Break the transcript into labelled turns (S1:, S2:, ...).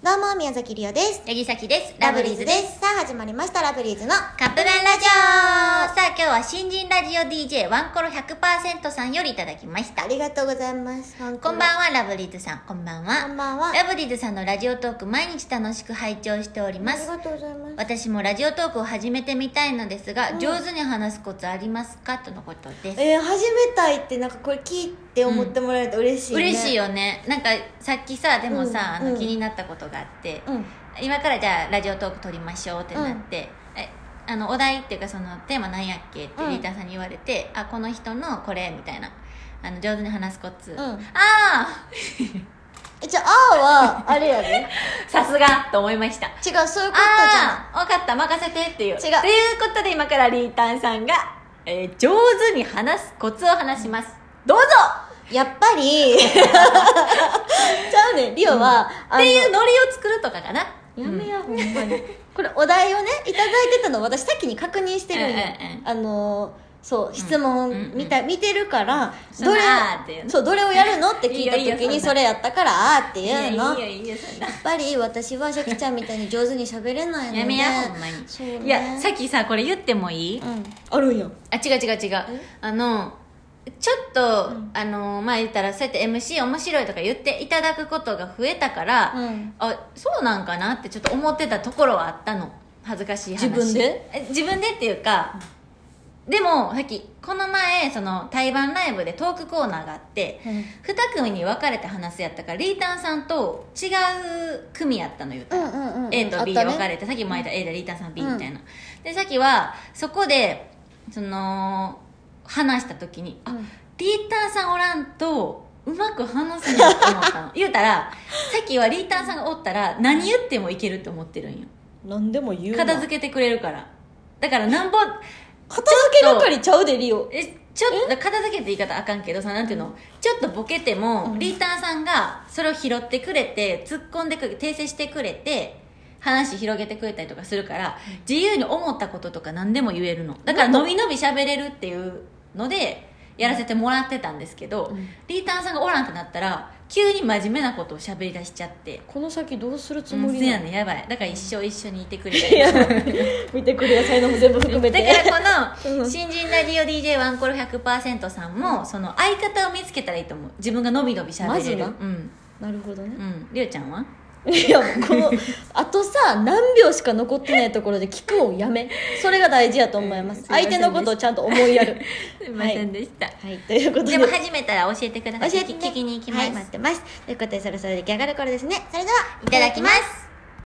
S1: どうも、宮崎りおです。
S2: 八木崎です。
S1: ラブリーズで。す。さあ、始まりました、ラブリーズの。
S2: カップ麺ラジオさあ、今日は新人ラジオ DJ ワンコロ100%さんよりいただきました
S1: あ。りがとうございます。こん
S2: こんばんは、ラブリーズさん。こんば
S1: こ
S2: ん
S1: ん
S2: は。
S1: ばんは。
S2: ラブリーズさんのラジオトーク毎日楽しく拝聴しておりま
S1: あり
S2: す。
S1: がとうございます。
S2: 私もラジオトークを始めてみたいのですが、
S1: うん
S2: 上手に話すコツありますかとのことです。
S1: えー、始めたいって、なんかこれ聞いて思ってもらえると嬉しい、ね
S2: 嬉しい。よね。なんかさっきさ、でもさ、
S1: うん
S2: あ
S1: うん
S2: の気になったことがあって、
S1: うん。
S2: 今からじゃあラジオトーク撮りましょうってなって、えあのお題っていうかそのテーマなんやっけって
S1: うん
S2: リーターさんに言われて、あこの人のこれみたいなあの上手に話すコツ、
S1: ん
S2: ああ
S1: え、じゃあ、あーは、あれや ね。
S2: ーさすがと思いました
S1: 違う、そういうことじゃん。
S2: ああー分かった任せてっていう
S1: 違う
S2: ということで今からリーターさんが、えー上手に話すコツを話しますどうぞ
S1: やっぱり、 ちゃうね、リオは、あの
S2: っていうノリを作るとかかな
S1: やめ
S2: よ
S1: や、ほんまに。 これ、お題をね、いただいてたの、私、先に確認してるんよ
S2: うんうんう
S1: あのー、そう、質問見た、見てるから、
S2: その
S1: どれ
S2: あーっていうの
S1: そう、どれをやるのって聞いた
S2: いいよいいよ
S1: 時に、
S2: そんな
S1: それやったから、あーって
S2: いや
S1: 言
S2: いうい
S1: の。
S2: よ
S1: やっ
S2: いいよそんな
S1: ぱり、私は、シャキちゃんみたいに上手に喋れないので。
S2: やめやほんまに
S1: そうね
S2: いやさっきさこれ言ってもいい、
S1: うん。あるんや。
S2: あ違う違う違うあのちょっと、あのまあ言ったらそうやって MC 面白いとか言っていただくことが増えたから、
S1: うん
S2: あそうなんかなってちょっと思ってたところはあったの恥ずかしい話
S1: 自分で
S2: え自分でっていうか、でもさっきこの前その対バンライブでトークコーナーがあって、
S1: うん
S2: 二組に分かれて話すやったからリータンさんと違う組やったの言った
S1: う
S2: ら
S1: んうんうん。
S2: A と B で
S1: あった
S2: 分か
S1: ね。
S2: れて、さっきも言った A でリータンさん B みたいな、でさっきはそこでその話した時に、あリータンさんおらんとうまく話せないと思っ たの言うたらさっきはリータンさんがおったら何言ってもいけるって思ってるんよ
S1: 何でも言うな。
S2: 片付けてくれるからだからなんぼ
S1: 片付け係ちゃうで、リオ。
S2: えちょっと片付けって言い方あかんけどさなんていうのちょっとボケても、
S1: うん
S2: リーターさんがそれを拾ってくれて突っ込んでくれ訂正してくれて話広げてくれたりとかするから自由に思ったこととか何でも言えるのだからのびのび喋れるっていうのでやらせてもらってたんですけど、
S1: うん
S2: リーターさんがおらんってなったら急に真面目なことを喋り出しちゃって
S1: この先どうするつ
S2: うん
S1: も
S2: せ
S1: りな
S2: や
S1: の
S2: ねやばいだから一生一緒にいてくれ
S1: い
S2: る
S1: や見てくれよ才能も全部含め
S2: だ
S1: て
S2: からこ
S1: う
S2: の
S1: ん
S2: 新人ラジオ DJ ワンコロ100%さんもその相方を見つけたらいいと思う自分がのびのびしゃべ
S1: まず
S2: れる
S1: な
S2: うん
S1: なるほど
S2: う
S1: ね
S2: んりゅうちゃんはい
S1: やこ のあとさ何秒しか残ってないところで聞くをやめそれが大事やと思います
S2: すいません
S1: 相
S2: で
S1: 手
S2: した
S1: のことをちゃんと思いやる
S2: すいませんでした、
S1: はいということで
S2: でも始めたら教えてください
S1: 教えてね
S2: 聞きに行きます、
S1: はい待ってますということでそろそろ出来上がる頃ですねそれではい
S2: いただきます